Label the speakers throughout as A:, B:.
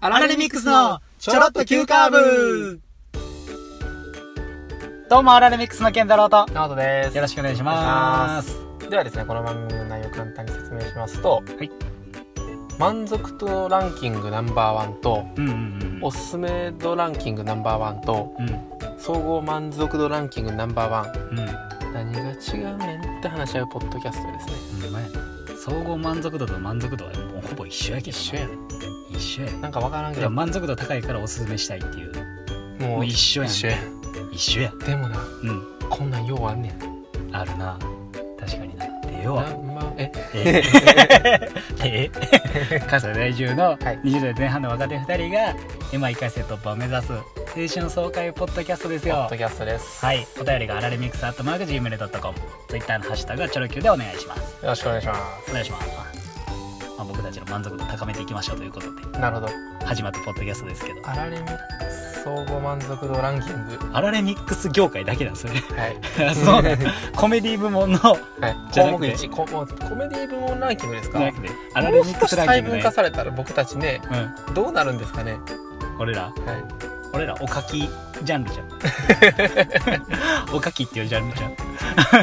A: アラレミックスのちょろっと急カーブ
B: どうも、アラレミックスの健太郎と、
A: ナートです
B: よろしくお願いします。
A: ではですねこの番組の内容を簡単に説明しますと、
B: はい
A: 満足度ランキングナンバーワンと
B: うんうん
A: おすすめ度ランキングナンバーワンと
B: うん。
A: 総合満足度ランキングナンバーワン
B: うん。うん。
A: 何が違うねんって話し合うポッドキャストですね
B: うん、まや総合満足度と満足度はもうほぼ一緒やけどな
A: 一緒やね
B: 一緒や
A: なんかわからんけ
B: で
A: ど
B: も満足度高いからおすすめしたいっていう
A: も
B: もう一緒やん
A: 一緒や
B: 一緒や
A: でもな
B: うん
A: こんなんようあんねん
B: あるな確かになでよ
A: ナ
B: は
A: ンバーえ
B: え え関西在住の
A: はい
B: 20代前半の若手2人が今一回生突破を目指す青春爽快ポッドキャストです
A: ポ
B: よ
A: ッドキャストです、
B: はい、お便りがあられミックスアットマーク Gmail.com ツイッターのハッシュタグはチョロ Q でお願いします
A: よろしくお願いしま
B: お願いします、まあ、僕たちの満足度高めていきましょうということです
A: なるほど
B: 始まったポッドキャストですけど
A: あられみ総合満足度ランキング
B: あられミックス業界だけなんですよね
A: はい
B: あそうねコメディ部門のじ
A: はい、
B: じゃな
A: 項
B: く
A: 目
B: て
A: 1ココメディ部門ランキングですか
B: ゃなくてあられ
A: もう
B: ミック
A: 少
B: ス
A: し
B: ランキ
A: 細
B: ング
A: 分
B: ね
A: 化されたら僕たちねどうなるんですかね
B: うん、俺ら
A: はい
B: 俺らおかきジャンル じゃんおかきっていうジャンルじゃん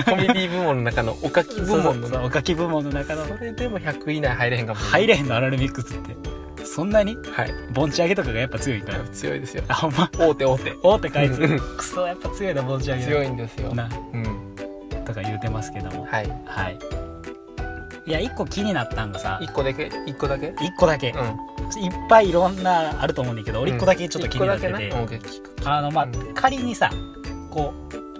A: コメディ部門の中のおかき部
B: そう
A: 門
B: そ
A: の
B: うそう
A: そ
B: おかき部門の中の
A: れでも100位以内入れへんかも
B: 入れへんのあられミックスってそんなに
A: はい
B: 盆地上げとかがやっぱ強いんだよ
A: 強いですよ
B: あほんま
A: 大手大手
B: 大手かいつ
A: うん
B: クソやっぱ強いな持ち上げ
A: 強いんですよ
B: な
A: うん
B: とか言うてますけども
A: はい
B: はいいや一個気になったんがさ
A: 1個だけ1個だけうん
B: 一個だけ、いっぱいいろんなあると思うんだけど俺一個だけちょっと気になって
A: 一個だけ
B: て、
A: なうん聞く
B: あのまあ
A: うん
B: 仮にさこ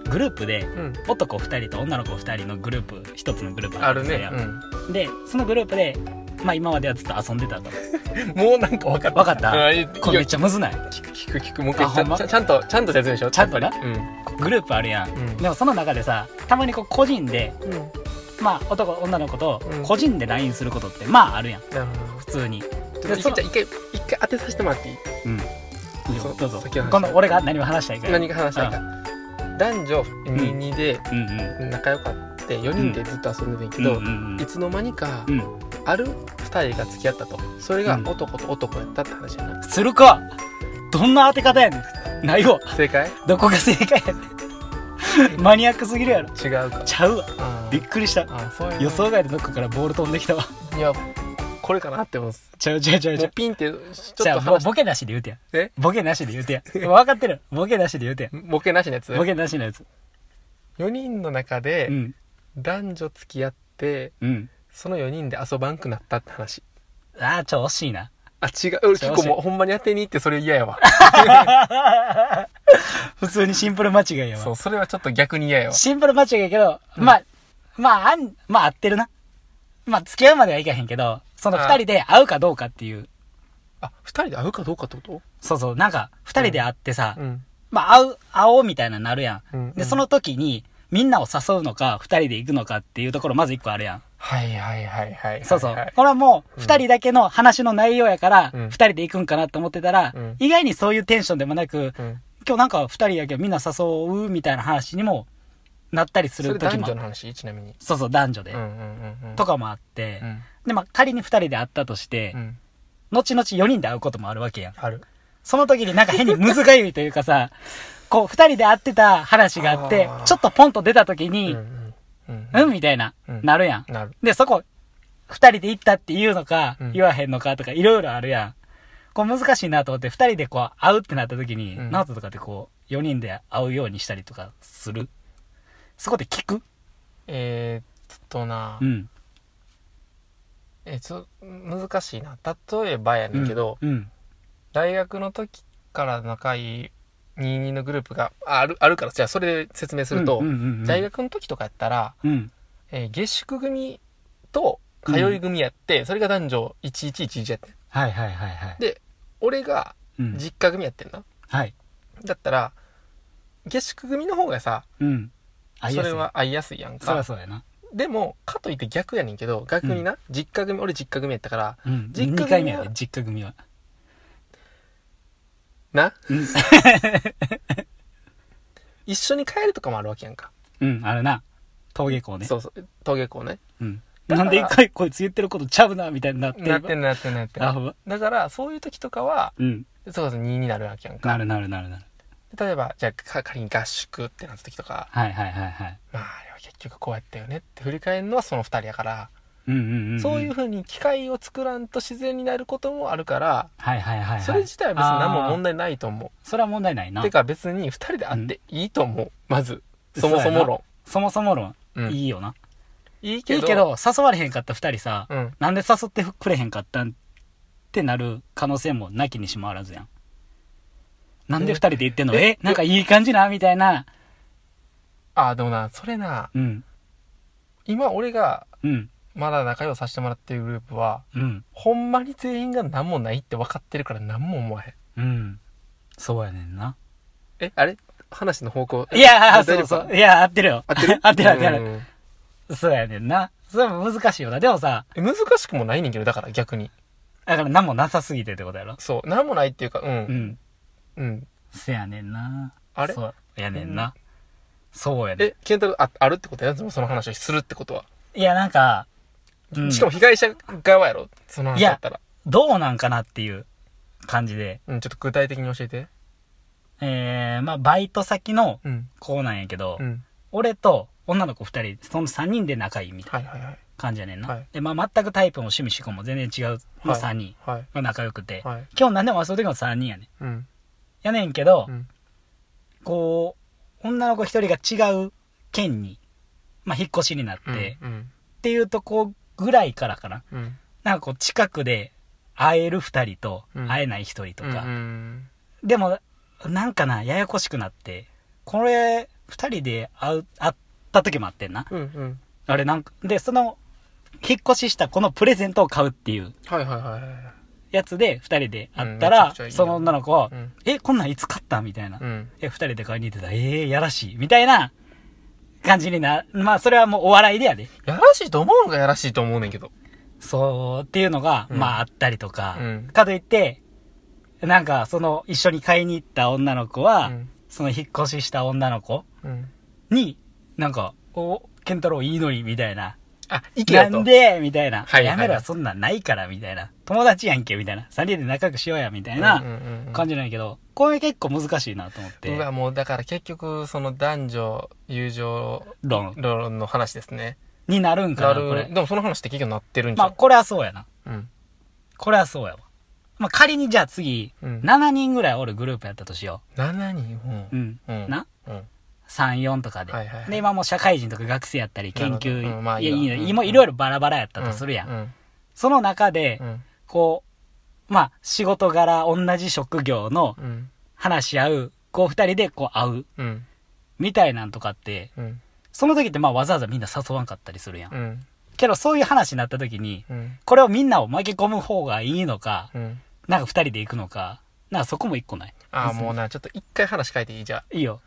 B: うグループで
A: うん
B: 男2人と女の子2人のグループ一つのグループ
A: あ
B: ん
A: る
B: ですよ
A: ねう
B: でそのグループでまあ今まではずっと遊んでたと
A: んもうなんか分かった
B: わかった
A: うんいいよ
B: これめっちゃむずない
A: 聞く聞く聞くもう一回
B: あ
A: ち
B: ほ
A: ゃ
B: んま
A: ちゃちゃんとちゃんと説明しよう
B: ちゃんとな
A: やっぱり
B: グループあるやん
A: うん
B: でもその中でさたまにこう個人で
A: うんうん
B: まあ男女の子と
A: うん
B: 個人で LINE することってまああるやん
A: なるほど
B: 普通に
A: ちょっと
B: そ
A: 一回一回一回当てさせてもらっていい
B: うん
A: そう
B: どうぞ
A: 先を話して
B: 今度俺が何を話したいか
A: 何が話したいか男女22で
B: うんうん
A: 仲良かって4人でずっと遊んでたんやけど、
B: うんうん
A: いつの間にか
B: うんうん
A: ある2人が付き合ったとそれが男と男やったって話やな、
B: するかどんな当て方やねんないわ
A: 正解
B: どこが正解やね んマニアックすぎるやろ
A: 違うか
B: ちゃうわ
A: あ
B: びっくりした
A: あそういう
B: 予想外のどこからボール飛んできたわ
A: いやこれかなって思うんです
B: ちゃうちゃうちゃうちゃ
A: もう
B: う
A: ピンってちょ
B: じ
A: っ
B: ゃあ
A: と
B: ぼ
A: 話し
B: ボケなしで言うてや
A: え
B: ボケなしで言うてや分かってるボケなしで言うて
A: ボケなしのやつ
B: やボケなしのやつ
A: 4人の中
B: う
A: で
B: ん
A: 男女付き合って
B: うん
A: その4人で遊ばんくなったって話
B: ああちょ惜しいな
A: あ違う俺
B: ちょ
A: 結構もうほんまに当てに行ってそれ嫌やわ
B: 普通にシンプル間違いやわ
A: そうそれはちょっと逆に嫌やわ
B: シンプルマッチやけど、まあ、まあ、あん、まあ合ってるな。まあ付き合うまではいかへんけど、その
A: あ
B: 二人で会うかどうかっていう。
A: あ二人で会うかどうかってこと
B: そうそう、なんか、二人で会ってさ、
A: うん
B: まあ会う、会おうみたいなのなるやん。
A: うんうん
B: で、その時に、みんなを誘うのか、二人で行くのかっていうところ、まず一個あるやん。
A: はいはいはいはい
B: そうそう。
A: はいはい
B: これはもう、
A: うん
B: 二人だけの話の内容やから、二、
A: うん
B: 人で行くんかなと思ってたら、
A: うん
B: 意外にそういうテンションでもなく、
A: うん
B: 今日なんか二人やけどみんな誘うみたいな話にも、なったりす
A: それ
B: る時
A: 男
B: も。
A: 女の話ちなみに
B: そうそう、男女で。
A: うんうんうんうん
B: とかもあって、
A: うん
B: で、まあ、仮に2人で会ったとして、
A: うん
B: 後々4人で会うこともあるわけやん。
A: ある
B: その時になんか変にむずがゆいというか さ、こう、2人で会ってた話があって
A: あー、
B: ちょっとポンと出た時
A: うん
B: に、
A: う
B: うん、
A: んうん
B: みたいな、
A: うん
B: なるやん。
A: なる
B: で、そこ、2人で行ったって言うのか、
A: うん
B: 言わへんのかとか、いろいろあるやん。こう、難しいなと思って、2人でこう、会うってなった時に、
A: うん
B: ナオトとかってこう、4人で会うようにしたりとかする。そこで聞く
A: えーっとな
B: うん。
A: えちょ難しいな例えばやねんけど
B: うん。
A: 大学の時から仲いい22のグループがああるあるからじゃあそれで説明すると
B: うんうんうんうん
A: 大学の時とかやったら
B: うん。
A: えー下宿組と通い組やってそれが男女1111やってん
B: はいはいはいはい。
A: 俺が
B: うん。
A: 実家組やってんな
B: はい。
A: だったら下宿組の方がさ
B: うん。あ
A: それ。は会いやすいやん
B: そりゃ
A: か
B: そうやな。
A: でもかといって逆やねんけど逆にな、実家組俺実家組やったから
B: うん。
A: 実家組は
B: 2回目やで、実家組は。
A: な
B: うん。
A: 一緒に帰るとかもあるわけやんか、
B: うん、あるな。登下校ね。
A: そうそう登下校ね
B: うん。なんで一回こいつ言ってることちゃうな、みたいになってれば
A: なってんのやってんのやってん
B: あ、
A: の
B: ほんま
A: だから、そういう時とかは、
B: うん。
A: そうです2になるわけやんか。
B: なるなるなるなる。
A: 例えば、じゃあ、か仮に合宿ってなった時とか、
B: はいはいはいはい。
A: まあ、あれは結局こうやったよねって振り返るのはその二人やから、
B: うんうんうん。
A: そういう
B: う。
A: ふうに機会を作らんと自然になることもあるから、
B: はいはいはいはい。
A: それ自体は別に何も問
B: 題。
A: 題ないと思。
B: それは問題ないうな
A: て。か別に二人で会っていいと思う。まず、そもそも論。
B: そもそも論、
A: うん
B: いいよな。
A: いいけ
B: い
A: ど。
B: いけど、誘われへんかった二人さ、
A: うん。
B: なんで誘ってくれへんかったんってなる可能性もなきにしもあらずやん。なんで二人で言ってんのえなんかいい感じなみたいな。
A: ああ、でもな、それな、
B: うん。
A: 今俺が
B: うん。
A: まだ仲良くさせてもらってるグループは、
B: うん。
A: ほんまに全員が何もないって分かってるから何も思わへん。
B: うん。そうやねんな。
A: え、あれ話の方向。
B: いや
A: あ
B: ー、そうそう。いやー、合ってるよ。
A: 合ってる
B: 合ってる合ってる
A: うん
B: そうやねんな。それも難しいよな。でもさ、
A: え難しくもないねんけど、だから逆に。
B: だから何もなさすぎてってことやろ。
A: そう、何もないっていうか、う。
B: うんん。
A: うん。
B: せやねんな。
A: あれ
B: そうやねんな。そうやね
A: え、ケンタロウああるってことやつもその話をするってことは。
B: ん。いや、なんか、うん
A: しかも被害者側やろその話だったら。
B: どうなんかなっていう感じで。
A: うん、ちょっと具体的に教えて。
B: えー、まあ、バイト先の
A: うん。
B: 子なんやけど、
A: うん。
B: 俺と女の子二人、その三人で仲いいみたいな
A: はいはいはい。
B: 感じやねんな。
A: はい
B: で、まあ、全くタイプも趣味思考も全然違う、まあ、
A: はい
B: 三人
A: はい。
B: が仲良くて、
A: はい。
B: 今日何でも遊ぶ時も三人やねん。
A: うん。
B: やねんけど、
A: うん。
B: こう、女の子一人が違う県に、まあ、引っ越しになって、
A: うん
B: っ
A: うん。
B: ていうとこぐらいからかな。
A: うん。
B: なんかこう、近くで会える二人と、
A: うん
B: 会えない一人とか、
A: うんうん。
B: でも、なんかな、ややこしくなって、これ、二人で会う、会った時もあってんな。
A: うんうん。
B: あれなんか、で、その、引っ越ししたこのプレゼントを買うっていう
A: はいはいはいはい。
B: やつで、二人で会った
A: うんめちゃ
B: ら
A: くちゃいい、な
B: その女の子は
A: うん、
B: え、こんなんいつ買ったみたいな
A: う。ん。
B: え、二人で買いに行ってた。ええ、やらしい。みたいな感じにな、まあ、それはもうお笑いでやで。
A: やらしいと思うのがやらしいと思うねんけど。
B: そう、っていうのが、
A: うん
B: まあ、あったりとか
A: うん、
B: かといって、なんか、その、一緒に買いに行った女の子
A: う
B: は
A: ん、
B: その引っ越しした女の子
A: うん。
B: に、なんか、お、ケンタロウいいのに、みたいな。
A: あ、意見
B: な
A: やと。
B: んでみたいな。
A: はいはいはい
B: やめろ、そんなんないから、みたいな。友達やんけ、みたいな。三人で仲良くしようや、みたい
A: うんう
B: なん
A: うんうん
B: 感じなんやけど、これ結構難しいなと思って
A: う。わ、もうだから結局、その男女友情
B: 論
A: 論の話ですね。
B: になるん
A: な
B: かな、こ
A: る。
B: れ。
A: でもその話って結局なってるんじ
B: ま
A: ゃ
B: あ、
A: ん。
B: これはそうやな。
A: うん。
B: これはそうやわ。まあ、仮にじゃあ次、
A: うん
B: 7人ぐらいおるグループやったとしよ
A: 7人
B: う。
A: うん。
B: ん
A: うん
B: な
A: うん。
B: 3、4とかで。
A: はいはいはい
B: で、今もう社会人とか学生やったり、研
A: なるほ
B: 究、
A: どうんまあ
B: いや、
A: い
B: い
A: い
B: い
A: わ
B: の、
A: うん
B: 今いろいろバラバラやったとするやん。
A: うん。
B: その中で
A: う、ん。
B: こう、まあ、仕事柄、同じ職業の
A: うん。
B: 話し合う、こう、二人でこう、会う、
A: うん。
B: みたいなんとかって、
A: うん。
B: その時ってまあ、わざわざみんな誘わんかったりするやん。
A: うん。
B: けど、そういう話になった時に、
A: うん。
B: これをみんなを巻き込む方がいいのか、
A: うん。
B: なんか二人で行くのか、なんかそこも一個ない。
A: ああ、もうな、ちょっと一回話変えていいじゃあ。
B: いいよ。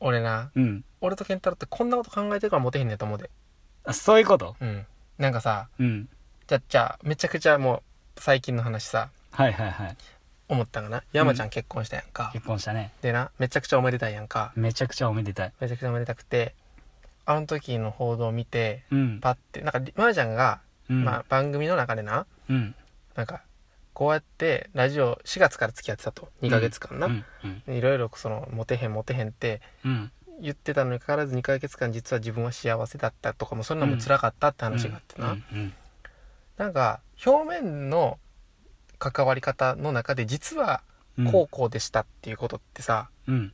A: 俺な、
B: うん。
A: 俺とケンタロウってこんなこと考えてるからモテへんねんと思うで。
B: あそういうこと
A: うん。なんかさ、
B: うん。
A: じゃ、じゃあ、めちゃくちゃもう、最近の話さ、
B: はいはいはい。
A: 思ったんかな。山ちゃん結婚したやんか。
B: 結婚したね。
A: でな、めちゃくちゃおめでたいやんか。
B: めちゃくちゃおめでたい。
A: めちゃくちゃおめでたくて、あの時の報道を見て、
B: うん。
A: パッて、なんか、りまーちゃんが、
B: うん。
A: まあ、番組の中でな、
B: うん。
A: なんか、こうやって、ラジオ4月から付き合ってたと。2ヶ月間な。
B: うん。うん。
A: いろいろ、その、モテへんモテへんって
B: うん。
A: 言ってたのにかかわらず2ヶ月間実は自分は幸せだったとかも、そんなのも辛かったって話があってな。
B: うん。うん
A: なんか、表面の関わり方の中で、実は、
B: うん。
A: こうこうでしたっていうことってさ、
B: うん。うん。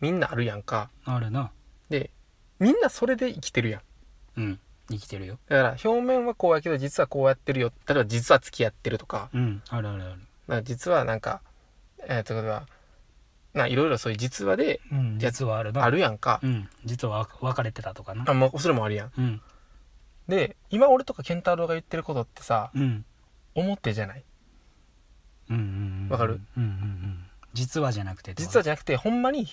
A: みんなあるやんか。
B: あるな。
A: で、みんなそれで生きてるやん。
B: うん。生きてるよ。
A: だから表面はこうやけど実はこうやってるよ例えば実は付き合ってるとか
B: うん。あるあるある。
A: なんか実はなんかえー、と例えばないろいろそういう実話で
B: うん。実はあるな。
A: あるやんか
B: う、ん。実はわ別れてたとかな。
A: あまあ、それもあるやん
B: うん。
A: で今俺とか健太郎が言ってることってさ
B: うん。
A: 表じゃない
B: うんうんうん。
A: わかる
B: うんうんうん。実はじゃなくて。
A: 実は
B: じ
A: じゃなくてほんまに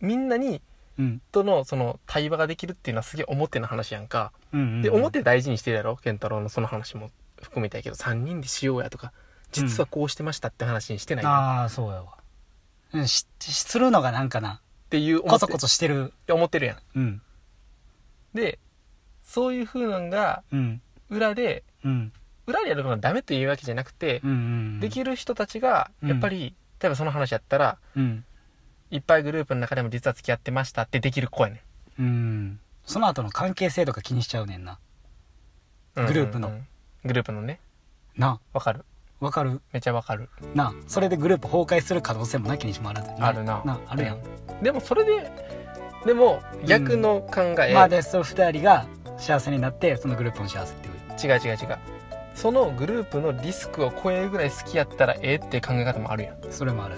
A: みんなに
B: ゃ。うん。
A: とのその対話ができるっていうのはすげえ表の話やんか
B: うんうんうん。
A: で表大事にしてるやろ健太郎のその話も含めたいけど3人でしようやとか実はこうしてましたって話にしてないやん
B: ああ、そうやわ。うん。し、しするのがなんかな。
A: っていう思
B: こ
A: って
B: そこそしてる。
A: 思ってるやん
B: うん。
A: で、そういう風なんが
B: うん
A: 裏で
B: うん
A: 裏でやるのはダメというわけじゃなくて
B: う、んうん
A: できる人たちが
B: うん
A: やっぱり、例えばその話やったら
B: うん
A: いっぱいグループの中でも実は付き合ってましたってできる子やね
B: うんその後の関係性とか気にしちゃうねんなん
A: うん
B: グループの
A: うんグループのね
B: な
A: わかる
B: わかる
A: めちゃわかる、
B: なそれでグループ崩壊する可能性もなきにしもあらずにね
A: あるな
B: あるやん、
A: うんでもそれででも逆の考え、
B: まあでその2人が幸せになってそのグループも幸せっていう
A: 違う違う違うそのグループのリスクを超えるぐらい好きやったらええっていう考え方もあるやん
B: それもある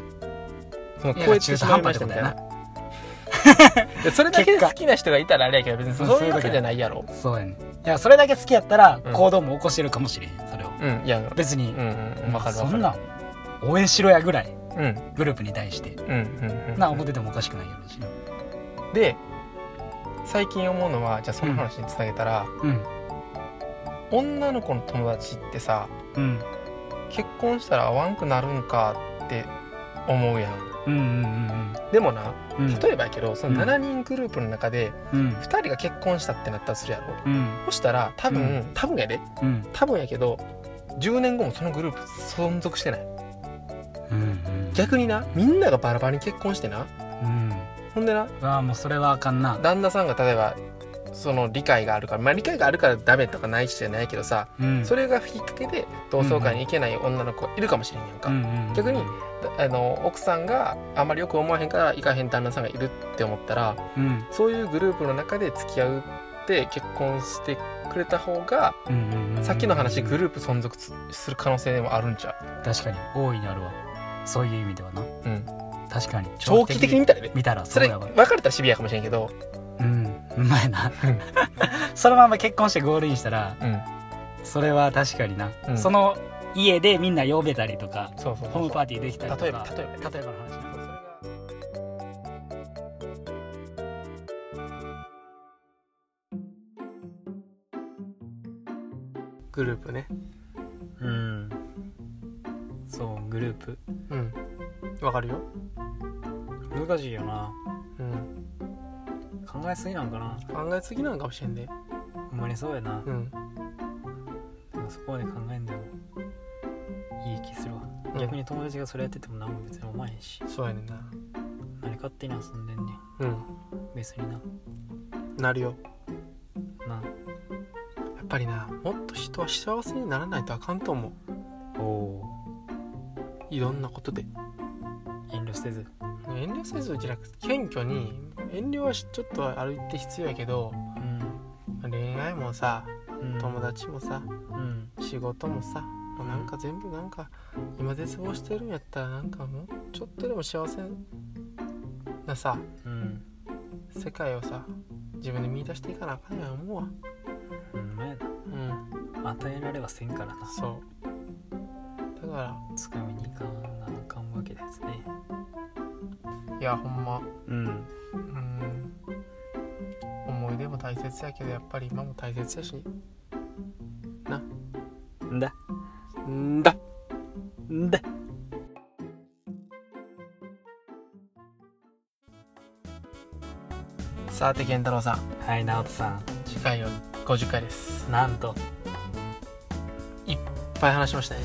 A: その
B: いや
A: 超えてしまいま
B: 中途半端って
A: した
B: こ
A: み
B: と
A: たい
B: や
A: な
B: な
A: いやそれだけで
B: 結果
A: 好きな人がいたらあれやけど別にそういうわけじゃないやろ
B: そうやねんいやそれだけ好きやったら
A: うん
B: 行動も起こしてるかもしれへんそれを
A: うんいや
B: 別に
A: うん、うんわかる
B: そ
A: わかる
B: んなん応援しろやぐらい
A: うんうん
B: グループに対して
A: うんうん
B: な思っててもおかしくないやろうしな
A: で最近思うのはじゃあその話につなげたら、
B: うん
A: 女の子の友達ってさ
B: うん
A: 結婚したら会わんくなるんかって思うやん
B: うんうん
A: でもな
B: うんうん
A: 例えばやけどその
B: うん
A: 7人グループの中で
B: うん
A: 2人が結婚したってなったらするやろ
B: うん
A: そしたら多分、
B: うん
A: 多分やで
B: うん
A: 多分やけど10年後もそのグループ存続してない
B: うん
A: 逆になみんながバラバラに結婚してな
B: うん
A: ほんでな
B: うわあもうそれはあかんな
A: 旦那さんが例えばその理解があるからまあ理解があるからダメとかないしじゃないけどさ
B: うん
A: それがきっかけで同窓会に行けない女の子がいるかもしれんやんか、
B: うんうんうん
A: 逆にあの奥さんがあんまりよく思わへんから行かへん旦那さんがいるって思ったら
B: うん
A: そういうグループの中で付き合うって結婚してくれた方が
B: うんうんうん
A: さっきの話グループ存続すする可能性もあるんちゃ
B: 確かに大いにあるわそういう意味ではな
A: う、うん、
B: 確かに
A: 長期的に見たらね
B: 見たら
A: そ
B: そう
A: れ
B: やわ
A: 別れたらシビアかもしれんけど、
B: うんうまいな
A: うん
B: そのまま結婚してゴールインしたら
A: うん、
B: それは確かにな、
A: うん
B: その家でみんな呼べたりとか
A: そうそうそう
B: ホームパーティーできたりとか
A: 例えば例えば
B: 例えばの話な
A: グループね
B: うんそうグループ
A: うんわかるよ、
B: 難しいよな
A: うん、
B: 考えすぎなんかな
A: 考えすぎなんかもしれんで、
B: ほんまにそうやな
A: うん、
B: そこまで考えんでもいい気するわ
A: 逆
B: に友達がそれやってても何も別に思わへんし
A: そうやねんな
B: 何勝手に遊んでんねん
A: うん
B: 別にな
A: なるよ
B: な
A: やっぱりなもっと人は幸せにならないとあかんと思う
B: おお
A: いろんなことで
B: 遠慮せず
A: 遠慮せずじゃなくて謙虚に遠慮はしちょっとは歩いて必要やけど
B: うん、
A: 恋愛もさ
B: うん、
A: 友達もさ
B: うん
A: 仕事もさもうなんか全部なんか今絶望してるんやったらなんかもうちょっとでも幸せなさ
B: うん
A: 世界をさ自分で見出していかなあかんやん思うわ
B: うんまやな
A: うん
B: 与えられはせんからな
A: そうだか
B: つかみに行かなあかんわけですね
A: らいやほんま
B: うん
A: うん思い出も大切やけどやっぱり今も大切やし
B: んだ
A: んだ
B: んだ
A: さて健太郎さん
B: はい直人さん
A: 次回は50回です
B: なんと
A: いっぱい話しましたね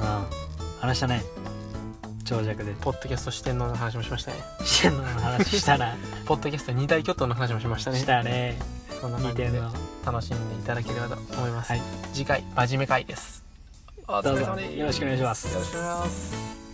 B: うん話したね長尺で
A: ポッドキャスト四天王の話もしましたね
B: 四天王の話した な
A: ポッドキャスト二大巨頭の話もしましたね
B: したね
A: そんな
B: 二
A: 感じ
B: 点
A: で
B: の
A: 楽しんでいただければと思います、
B: はい
A: 次回真面目回ですお疲れ様です
B: どうぞよろしくお願いします
A: よろしくお願いします